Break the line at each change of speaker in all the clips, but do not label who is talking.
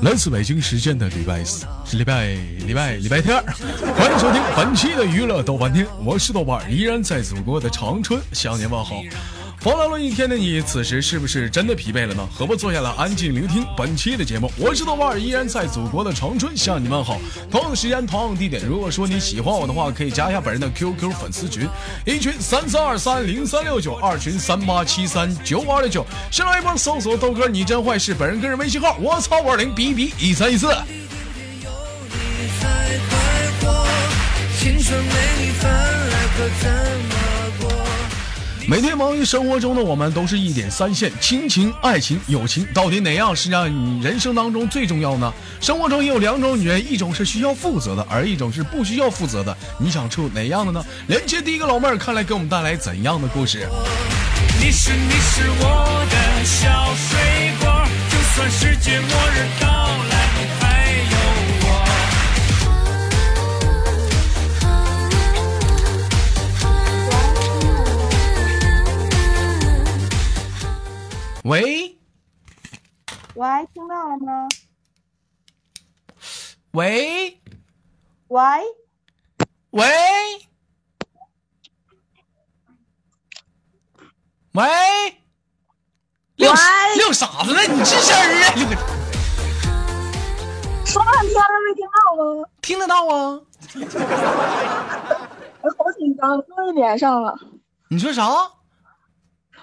来自北京时间的礼拜四，是礼拜礼拜礼拜天儿，欢迎收听本期的娱乐豆瓣天，我是豆瓣儿，依然在祖国的长春向您问好。疲劳了一天的你，此时是不是真的疲惫了呢？何不坐下来安静聆听本期的节目？我是豆瓣儿，依然在祖国的长春向你问好。同样的时间，同样的地点，如果说你喜欢我的话，可以加一下本人的 QQ 粉丝群，一群三三二三零三六九，二群三八七三九五二六九，新浪微博搜索豆哥你真坏事，本人个人微信号我操五二零 B B 一三一四。
你在快活，青春没你翻来可怎么过？
每天忙于生活中的我们，都是一点三线：亲情、爱情、友情。到底哪样是让你人生当中最重要呢？生活中也有两种女人，一种是需要负责的，而一种是不需要负责的。你想处哪样的呢？连接第一个老妹儿，看来给我们带来怎样的故事？
你是你是我的小水果，就算世界末日到来，你还有我。
喂
喂，听到了吗？
喂
喂，
喂喂，
喂
撂撂傻子了，你吱声儿啊！你可
说半天了没听到吗？
听得到啊？
我好紧张，终于连上了。
你说啥？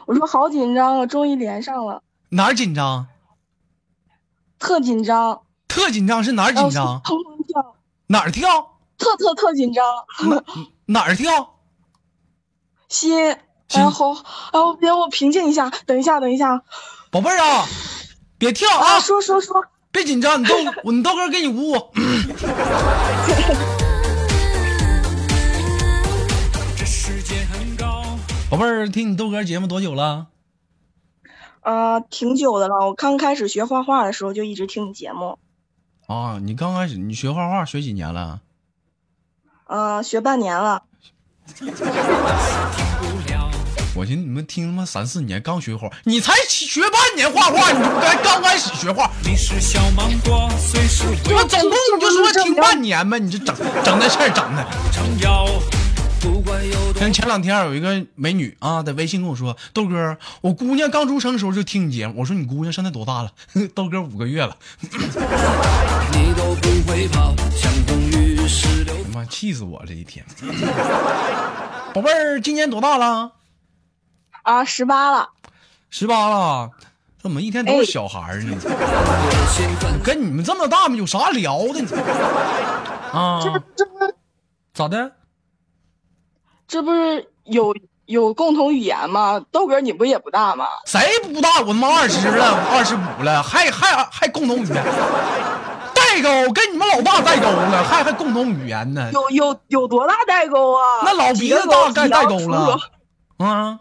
我说好紧张啊，终于连上了，
哪儿紧张？
特紧张，
特紧张是哪儿紧张？
砰砰跳，
哪儿跳？
特特特紧张，
哪儿跳？
心，哎
心
呀好，哎呦别，我平静一下，等一下，等一下
宝贝儿啊，别跳啊
啊，！说说说，
别紧张，你豆我 你豆哥给你捂 捂。
这世界很高，
宝贝儿，听你豆哥节目多久了？
呃，挺久的了，我刚开始学画画的时候就一直听你节目，
啊，你刚开始你学画画学几年了？
呃，学半年了，
不了。
我寻思你们听他妈三四年，刚学画，你才学半年画画，你就该刚开始学画，
你是小芒果，随时
你
会
们总共你就说听半年呗，你这整整那事儿整的。
成妖。不管有多
前前两天有一个美女啊，在微信跟我说，豆哥，我姑娘刚出生的时候就听你节目。我说你姑娘现在多大了？ 豆哥五个月了。
你都不会跑，像风雨石榴。
妈，气死我了！这一天， 宝贝儿，今年多大了？
啊，十八了，
十八了。怎么一天
哎
都是小孩儿呢？跟你们这么大吗？有啥聊的你？啊，
这不这不
咋的？
这不是有有共同语言吗？豆哥你不也不大吗？
谁不大？我他妈二十了，二十五了，还还还共同语言，代沟跟你们老大代沟了，还还共同语言呢？
有有有多大代沟啊？
那老鼻子大概代沟 了啊！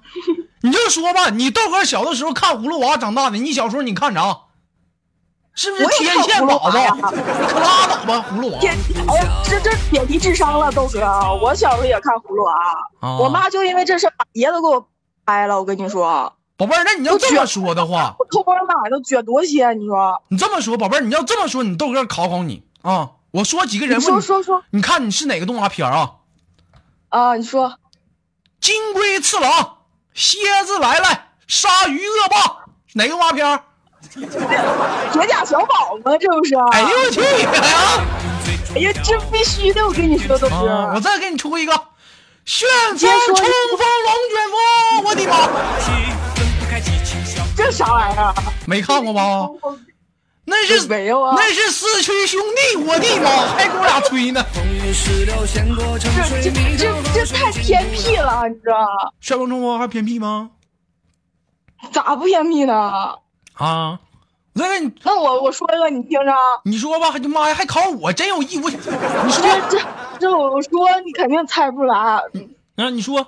你就说吧，你豆哥小的时候看《葫芦娃》长大的，你小时候你看啥？是不是
我也
天
看
线
葫芦
宝
娃
子？
呀
你可拉倒吧，葫芦娃！
铁，哎呀，这这铁皮智商了，豆哥。我小时候也看葫芦娃、
啊
我妈就因为这事儿把爷都给我掰了。我跟你说，
宝贝儿，那你要这么说的话，
我偷摸买的卷多些，你说？
你这么说，宝贝儿，你要这么说，你豆哥考考你啊！我说几个人
你
物，
说说说
你看你是哪个动画片儿啊？
啊，你说
金龟次郎、蝎子来来、鲨鱼恶霸，哪个动画片儿？
铁甲小宝吗？这不是？啊
哎呦我去呀！
哎呀，这必须的，我跟你说，豆哥。
啊，我再给你出一个。旋风
先
冲
说
锋龙卷风，我的妈！
分哎不开激情小
这啥玩意儿啊？
没看过啊吧？ 那是
没有啊
那是四驱兄弟，我的妈！还给我俩吹呢。
风雨石榴鲜果成
这
水
这
蜜桃
这这太偏僻了，啊你知道吗？
旋风冲锋还偏僻吗？
咋不偏僻呢？
啊！我再给你，
那我我说一个，你听着啊。
你说吧，还妈呀，还考我，真有意我， 你
这
说，
这这我说你肯定猜不出来。
啊，你说
啊，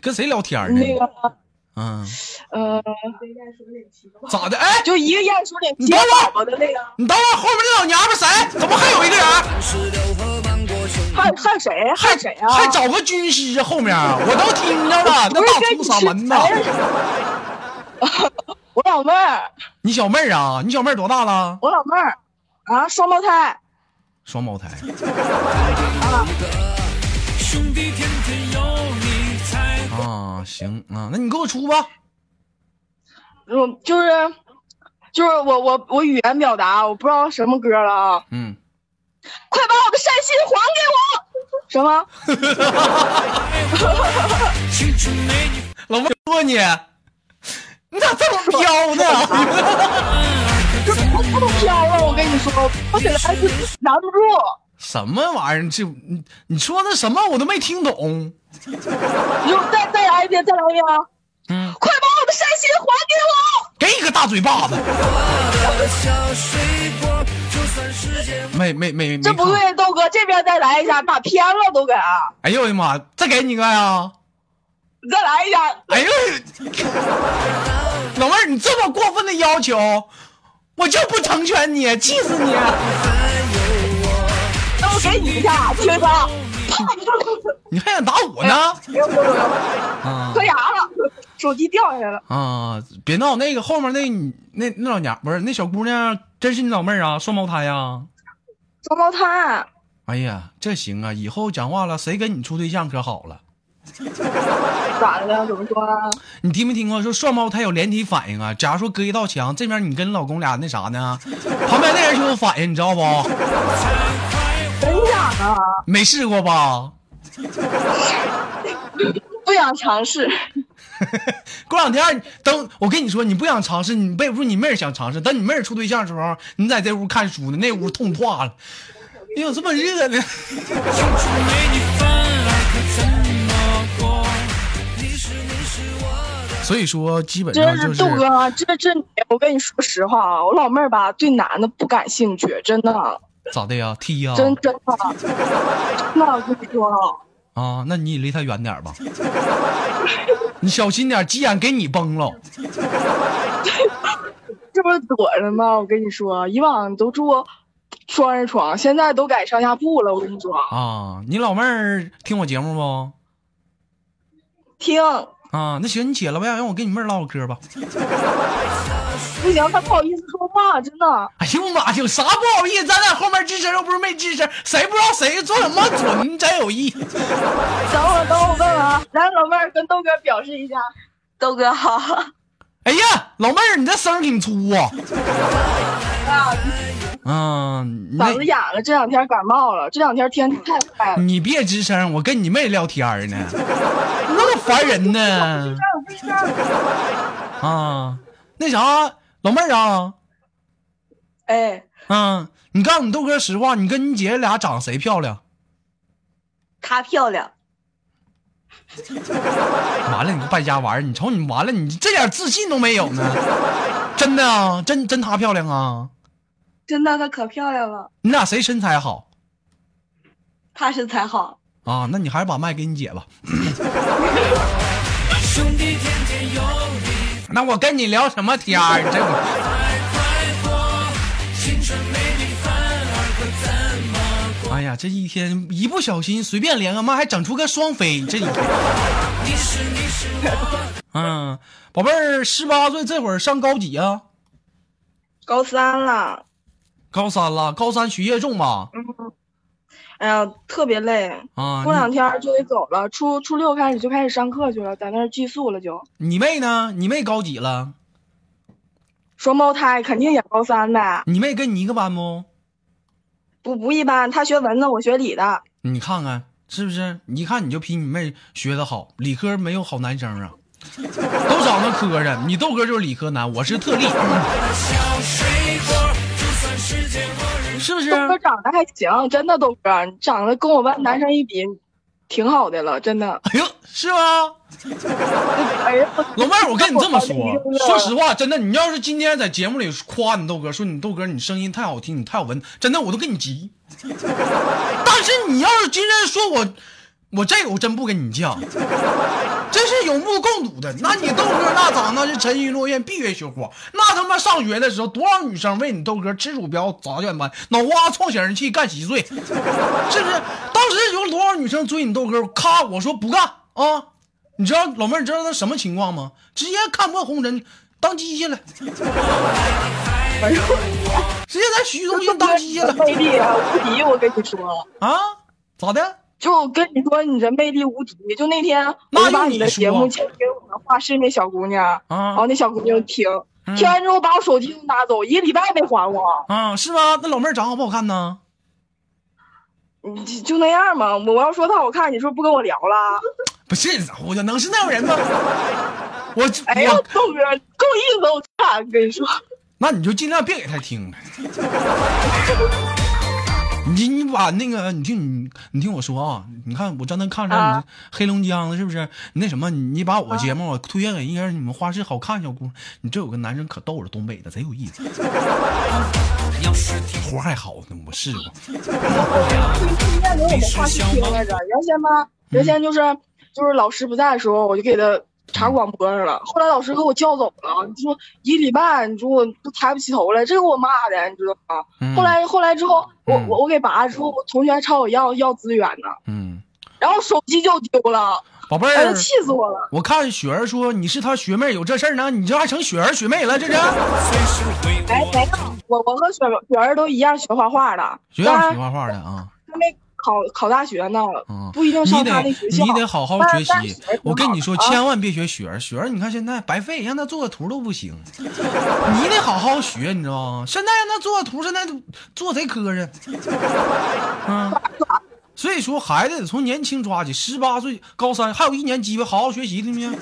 跟谁聊天呢？
那个，
嗯，
呃，
咋的？哎，
就一个鼹鼠领
你
结
等会儿
粑粑的那个，
你等会儿，后面这老娘们儿谁？怎么还有一个人？
石榴和芒果熊。
还还有谁？还
还
有谁啊？
还找个军师啊？后面我都听着了，那
不是
大
跟
粗
你
嗓
是
门子。
谁呀？ 我老妹儿，
你小妹儿啊，你小妹儿多大了？
我老妹儿，啊，双胞胎，
双胞胎。
兄弟天天有你才
啊，行啊，那你给我出吧。
嗯，就是，就是我我我语言表达，我不知道什么歌了啊，
嗯，
快把我的善心还给我！什么？
青春没你
老妹说你， 你咋这么飘呢？
就是我我都飘了，我跟你说，我本来就拦不住，
什么玩意儿？你这你你说的什么我都没听懂。
你就再再来一遍，再来一遍啊！
嗯，
快把我的善心还给
给你个大嘴巴子！
的小水果，就算世界
没没没没，
我！这不
看。
对，豆哥这边再来一下，打偏了都给啊！
哎呦我的妈！再给你一个呀！
你再来一下，
哎呦，老妹儿，你这么过分的要求，我就不成全你，气死你！
那我给你一下，听 着。
你还想打我呢？啊
磕牙了，手机掉下来了。
啊！别闹，那个后面那女那那老娘不是那小姑娘，真是你老妹儿啊，双胞胎呀、
双胞胎，
哎呀，这行啊，以后讲话了，谁跟你处对象可好了？
咋的了？怎么说呢？
你听没听过说双胞胎有连体反应啊？假如说隔一道墙，这边你跟老公俩那啥呢，旁边那人就有反应，你知道不？
真假啊的？
没试过吧？
不想尝试。
过两天等我跟你说，你不想尝试，你背不住你妹儿想尝试。等你妹儿处对象的时候，你在这屋看书呢，那屋痛化了。哎呦，这么热呢！
青春没你烦，儿可怎么过？
所以说，基本上
真
就是
豆哥，啊，这这你，我跟你说实话啊，我老妹儿吧对男的不感兴趣，真的，
咋的呀？啊踢呀？
真真的，那我跟你说啊，
啊？那你也离他远点儿吧， 你小心点儿，急眼给你崩了。
这不是躲着吗？我跟你说，以往都住双人床，现在都改上下铺了。我跟你说，
啊，你老妹儿听我节目不？
听
啊，那行，你起来呗，让我跟你妹儿唠会嗑吧。
不行，她不好意思说话，真的。
哎呦妈呀，有啥不好意思？咱俩后面吱声又不是没吱声，谁不知道谁做什么蠢，真有意。
等会儿，等会儿，我问问啊，来，老妹儿跟豆哥表示一下，豆哥好。
哎呀，老妹儿，你这声儿挺粗啊。嗯，
嗓子
那
哑了，这两天感冒了，这两天天气太坏了。
你别吱声，我跟你妹聊天儿呢，那么烦人呢。啊，那啥，老妹儿啊，
哎，
嗯，你告诉你豆哥实话，你跟你姐俩长谁漂亮？
她漂亮，
完了，你个败家玩意儿！你瞅你完了，你这点自信都没有呢。真的啊，真真她漂亮啊！
真的她可漂亮了，
你俩谁身材好
她身材好。
啊？那你还是把麦给你姐吧。
兄弟天天有你
那我跟你聊什么天儿？你这我
才快活，青春没你烦，儿可怎么过？
哎呀，这一天一不小心随便连个麦，还整出个双飞，这一天。
你是你是我
嗯，宝贝儿，十八岁这会儿上高几啊？
高三了，
高三了，高三学业重吧？
哎呀，特别累，
啊，
过两天就得走了。初初六开始就开始上课去了，在那儿寄宿了就。
你你妹呢？你妹高几了？
双胞胎肯定也高三呗，
你妹跟你一个班不？
不不一般。她学文的，我学理的。
你看看是不是？你一看你就比你妹学的好，理科没有好男生啊，都长得磕碜。你豆哥就是理科男，我是特例，
的小水果，就算世界末日。
是不是啊哎
豆？哥长得还行，真的豆哥，你长得跟我班男生一比，挺好的了，真的。
哎呦，是吗？
哎呀，
老妹儿，我跟你这 么说，说实
话，
话，真的，你要是今天在节目里夸你豆哥，说你豆哥你声音太好听，你太有文，真的我都跟你急。 但是你要是今天说我，我这个我真不跟你犟，真是有目共睹的。那你豆哥那长那是沉鱼落雁、闭月羞花，那他妈上学的时候，多少女生为你豆哥吃鼠标、砸键盘、脑瓜撞显示器干稀碎，是不是？当时有多少女生追你豆哥，咔，我说不干啊。你知道老妹儿，你知道他什么情况吗？直接看破红尘，当机去了。哎直接在徐中心当机去
你的
了
魅力啊无敌！我跟你说，
啊？咋的？
就我跟你说，你这魅力无敌。就那天，我就把你的节目签给我们画室那小姑娘，
啊
然后那小姑娘听，
嗯
听完之后把我手机都拿走，一个礼拜没还我。
啊，是吗？那老妹儿长好不好看呢？
你嗯就就那样嘛，我要说她好看，你是不是不跟我聊了？
不是，我就能是那种人吗？我
哎呀
我，
豆哥够意思，我看，我跟你说，
那你就尽量别给他听呗。 你你把那个，你听你你听我说啊，你看我刚才看上你
啊
黑龙江的，是不是？你那什么，你你把我节目啊推荐给一个你们花市好看小姑，你这有个男生可逗了，东北的贼有意思，活儿还好呢，我试过。
推荐给我们画室听来着。原先吧，
嗯
原先就是就是老师不在的时候，我就给他查广播上了。后来老师给我叫走了，你说一礼拜，你说我都抬不起头来，这给我骂的，你知道吗？
嗯
后来后来之后，我
嗯
我我给拔了之后，我同学还朝我要要资源呢，
嗯，
然后手机就丢了，
宝贝
哎
儿
呀，，气死我了！
我看雪儿说你是她学妹，有这事儿呢？你这还成雪儿学妹了？这是
哎，没有，我我和雪雪儿都一样学画画的，
学
当
校
然
学画画的啊。
还没考考大学呢，
嗯
不一定
你
上他那
得
学校。
你得好好
但
学
但
习
雪儿挺。
我跟
好
你
的
说，
啊
千万别学雪儿。雪儿，你看现在白费，让她做个图都不行。你得好好学，你知道吗？现在让她做个图，现在都做贼磕碜。嗯，所以说孩子得从年轻抓起，十八岁高三还有一年机会，好好学习，听没听？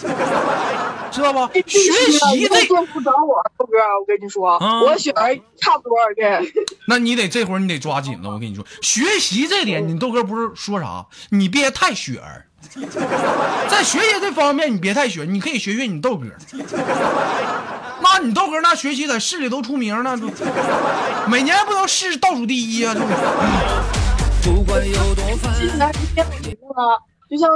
知道吧？
必须
学
的
习
以后
这，
做不着我，豆哥，我跟你说，
啊
我雪儿差不多对，
那你得这会儿你得抓紧了。我跟你说，学习这点，你豆哥不是说啥？你别太雪儿。在学习这方面，你别太学，你可以学学你豆哥。那你豆哥那学习在市里都出名呢，都每年不都市倒数第一啊？就是
不管有多烦
今年今天我节目呢，就像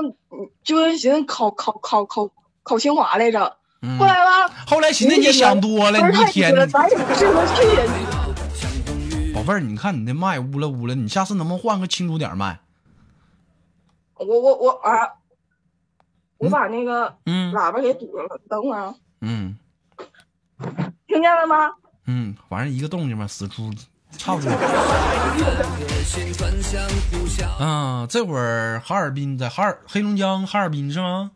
就跟寻思考考考考考清华来着，后来吧，
后来寻思嗯你想多了，
不是
你一
太
天
绝了，咱也不适合去呀，你
宝贝儿，你看你那麦乌了乌了，你下次能不能换个清楚点麦？
我我我啊，我把那个
嗯
喇叭给堵上了，等会儿啊，
嗯
听见了吗？
嗯，反正一个动静嘛，死猪，差不多。
心转向呼啸。
啊，这会儿哈尔滨在哈尔黑龙江哈尔滨是吗？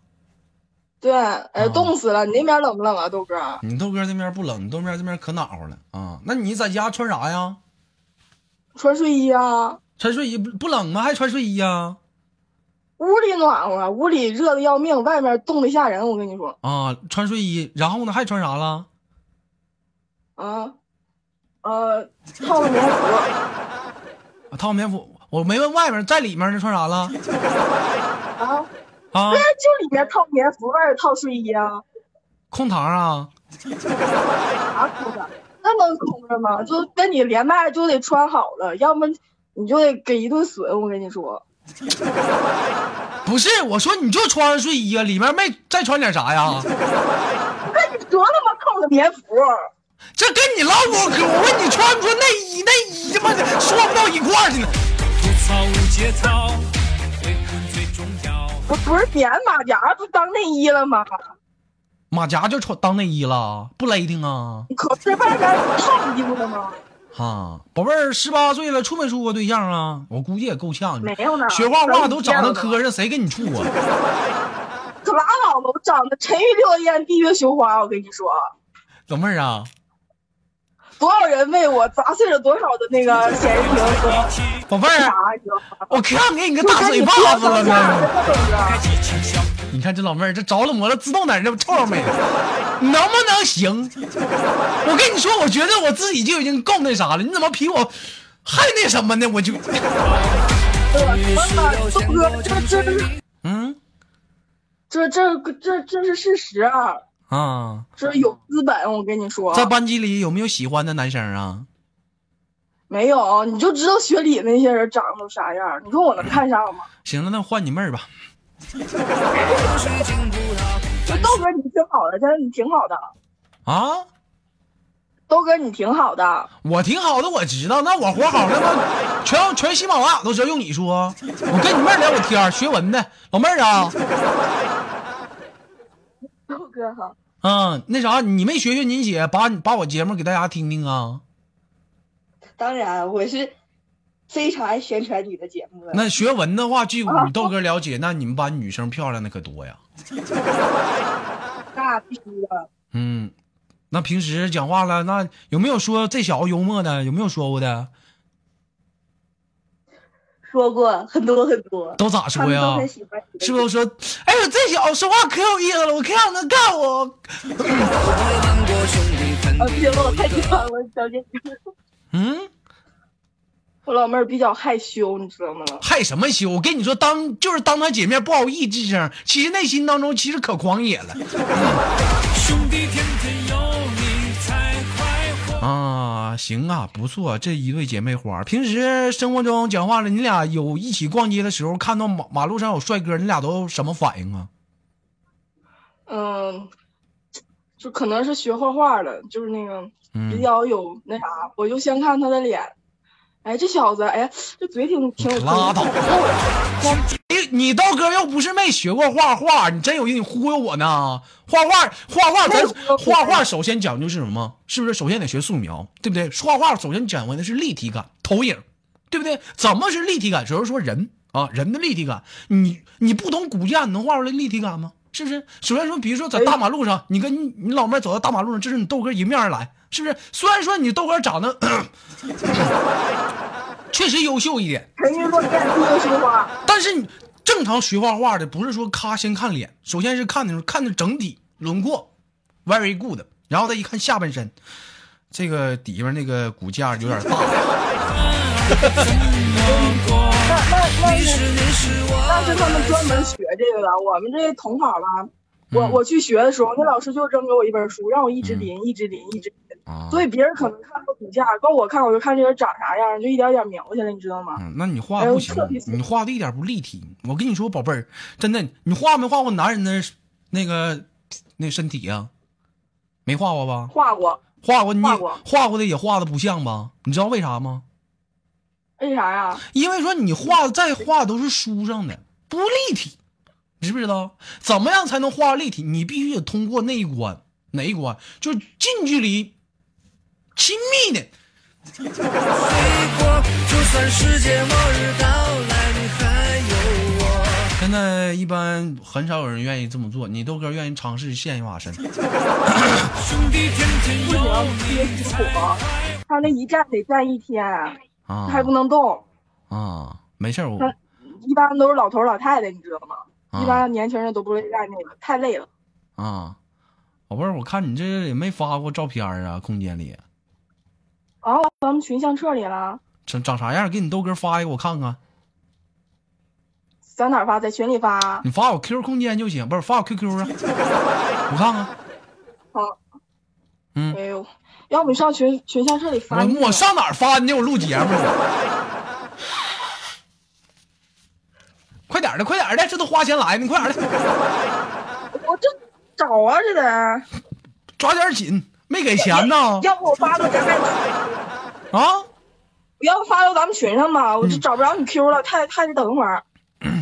对，哎，
嗯
冻死了，你那边冷不冷啊，豆哥？
你豆哥这边不冷，你豆哥这边可暖和了啊。那你在家穿啥呀？
穿睡衣啊，
穿睡衣不不冷吗？还穿睡衣呀？
屋里暖和，屋里热的要命，外面冻的吓人，我跟你说
啊，穿睡衣，然后呢还穿啥了？
啊，呃，套个棉服。
啊套棉服，我没问外面，在里面呢穿啥了？
啊，
啊，
那就里面套棉服，外面套睡衣啊，
空堂啊，
啥空的？那能空着吗？就跟你连麦就得穿好了，要么你就得给一顿损。我跟你说，
不是，我说你就穿睡衣啊，里面没再穿点啥呀？
得了吧，扣个棉服，
这跟你唠不嗑，我问你穿不穿内衣，内衣他妈的说不到一块儿去呢。
吐槽无节操，回魂最重要。
我不是棉马甲不当内衣了吗？
马甲就穿当内衣了，不勒挺啊？
可是外面套衣服了吗？
啊，宝贝儿，十八岁了，处没处过对象啊？我估计也够呛。
没有呢
学画画都长得
上一届
磕碜，谁跟你处 啊？
可拉倒吧，我长得沉鱼落雁，闭月羞花。我跟你说，
老妹儿啊，
多少人为我砸碎了多少的那 个显示屏和
宝贝
啥
儿，，
你知道吗？
我看给你个
就
大
跟
嘴
你
巴
说
子了
当下真
呢。
的怎么着？
你看这老妹儿，这着了魔了，自动在这臭老妹了，能不能行？我跟你说，我觉得我自己就已经够那啥了，你怎么比我还那什么呢？我就，
真的，豆哥，这这这。
嗯
这这这这是事实啊，
啊，
这有资本，我跟你说，
在班级里有没有喜欢的男生啊？
没有你就知道学理那些人长得都啥样儿，你说我能看上吗？
行了，那换你妹儿吧。
就豆哥你挺好的，真的你挺好的，
啊，
豆哥你挺好的，
我挺好的，我知道。那我活好了吗？ 全全喜马拉雅都知道。用你说，我跟你妹儿聊会天儿，学文的老妹儿啊
豆哥哈，
嗯，那啥，你没学学您姐，把你把我节目给大家听听啊？
当然，我是非常爱宣传你的节目的。
那学文的话，据我豆哥了解，那你们班女生漂亮的可多呀。
那必须的，
嗯，那平时讲话了，那有没有说这小子幽默的？有没有说过的？
说过很多很多。
都咋说
他们
呀
都很喜欢你的
是不是说，哎呦，这小子说话可有意思了，我可想他干我。
哦
啊，别了，我太紧张了，小姐。
嗯，
我老妹儿比较害羞，你知道吗？
害什么羞？我跟你说，当就是当他姐面不好意思吱声，其实内心当中其实可狂野了
兄弟天天有你才快活。
啊！行啊，不错，这一对姐妹花。平时生活中讲话了，你俩有一起逛街的时候，看到马马路上有帅哥，你俩都什么反应啊？
嗯，就可能是学画画的，就是那个比
嗯，
较有那啥，我就先看他的脸。哎，这小子，哎，这嘴挺挺有特
拉
点
倒。你你刀哥又不是没学过画画，你真有意思，你忽悠我呢？画画画画，咱画画首先讲究是什么？是不是首先得学素描，对不对？画画首先讲究的是立体感、投影，对不对？怎么是立体感？就是说人啊，人的立体感，你你不懂骨架，你能画出来立体感吗？是不是？首先说，比如说在大马路上，你跟你你老妹儿走到大马路上，这是你豆哥迎面而来，是不是？虽然说你豆哥长得 确实优秀一点，
沉鱼落雁，不由羞花。
但是你正常学画画的，不是说咔先看脸，首先是看的时候看的整体轮廓，very good，然后再一看下半身，这个底下那个骨架有点大呀。
那那那
你是
是
你是
那是
我
他们专门学这个的，我们这些同好吧。我
嗯
我去学的时候，那老师就扔给我一本书，让我一直临，一直临，一直临。
啊，
所以别人可能看不出骨架，光我看我就看这人长啥样，就一点点描下来，你知道吗？
嗯，那你画不行
哎呦特别，
你画的一点不立体。我跟你说，宝贝儿，真的，你画没画过男人的那个那身体呀、没画过吧？
画过，
画过你
画过
画过的也画的不像吧？你知道为啥吗？
为啥呀？
因为说你画再画都是书上的，不立体，你知不知道？怎么样才能画立体？你必须得通过那一关，哪一关？就是近距离、亲密的。
飞过，就算世界末日到来，你还有我。
现在一般很少有人愿意这么做，你豆哥愿意尝试现化 身。
兄弟天天
不行
有，
憋
你
辛苦
才
啊！他那一站得站一天，
啊
还不能动。
啊，没事儿，我
一般都是老头儿老太太，你知道吗？
啊
一般年轻人都不会干那个，太累了。
啊，宝贝儿，我看你这也没发过照片儿啊，空间里
然后咱们群相册里了，
长长啥样？给你豆哥发一个我看看，
在哪儿发？在群里发。
你发我 QQ 空间就行，不是发我 QQ 啊， 我看看。
好。
嗯
哎呦，要不你上群群相册里发一个？
我我上哪儿发呢？我录节目。快点儿的，快点儿的，这都花钱来的，你快点儿的，
我这找啊，这得。
抓点儿紧，没给钱呢
要不我发到咱们，
啊！
不要发到咱们群上吧，我这找不着你 Q 了，太太得等会儿。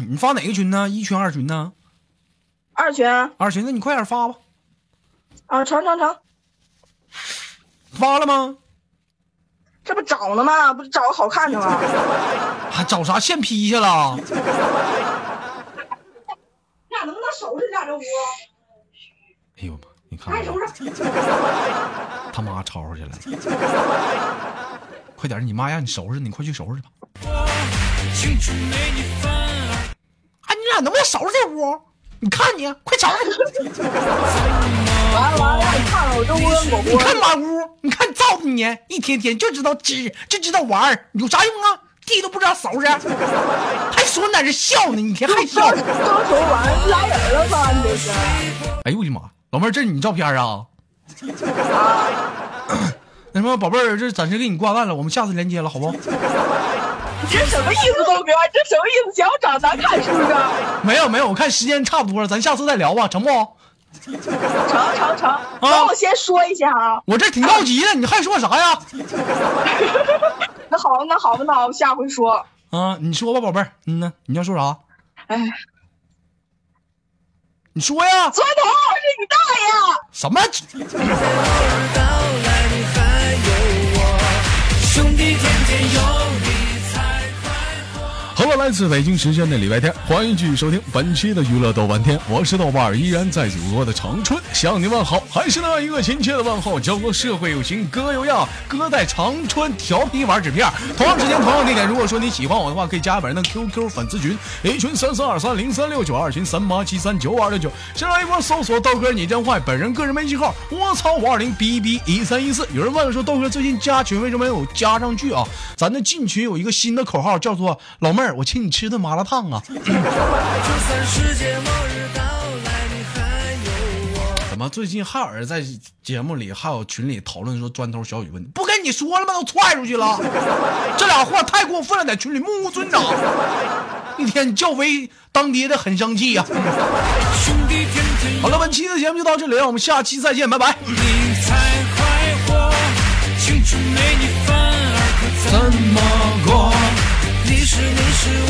你发哪个群呢？一群、二群呢？
二群啊，
二群，那你快点儿发吧。
成成成，
发了吗？
这不找呢吗？不是找个好看的吗？
还找啥现批去了？
你俩能不能收拾一下这屋？
哎呦妈！你看看他妈吵吵去了。快点儿，你妈让你收拾，你快去收拾吧。
青春没你反而
哎，你俩能不能收拾这屋？你看你，快收拾！
完了完了，你看看我这屋跟狗
你
窝
看
似的。
满屋，你看造的你，一天天就知道吃，就知道玩儿，有啥用啊？ 地都不知道收拾，还说你在这笑呢，你天还笑
刚。刚收完，拉人了吧？你这是？
哎呦我的妈，老妹儿，这是你照片啊？ 那什么，宝贝儿，这暂时给你挂断了，我们下次连接了，好不好？
你这什么意思，豆哥？你这什么意思？嫌我长难看是不是？
没有没有，我看时间差不多了，咱下次再聊吧，成不？
成成成，那我先说一下啊。
我这挺着急的，你还说啥呀？
那好，那好吧，那我下回说。
啊，你说吧，宝贝儿，嗯呢，你要说啥？
哎，
你说呀，
砖头我是你大爷！啊
什么？
到来你还有我，兄弟天天有你才快活。
好了，来自北京时间的礼拜天，欢迎继续收听本期的娱乐豆瓣天，我是豆瓣儿，依然在祖国的长春向你问好，还是那一个亲切的问候，叫做社会有型哥有样，哥在长春调皮玩纸片儿。同样时间，同样地点，如果说你喜欢我的话，可以加本人的 QQ 粉丝群，一群三三二三零三六九，二群三八七三九五二六九，新来一波搜索豆哥你真坏，本人个人微信号我操五二零 bb 一三一四。有人问了说豆哥最近加群为什么没有加上去啊？咱的进群有一个新的口号叫做老妹儿，我请你吃顿麻辣烫啊！
就算世界末日到来，你还有我。
怎么最近还有人在节目里还有群里讨论说砖头小雨问题？不跟你说了吗？都踹出去 了，这俩货太过分了，在群里目无尊长，一天叫为当爹的很生气啊呀、
兄弟天天有
好了，本期的节目就到这里了，我们下期再见，拜拜。
你才快活，青春没你反而可怎么过？你是你是我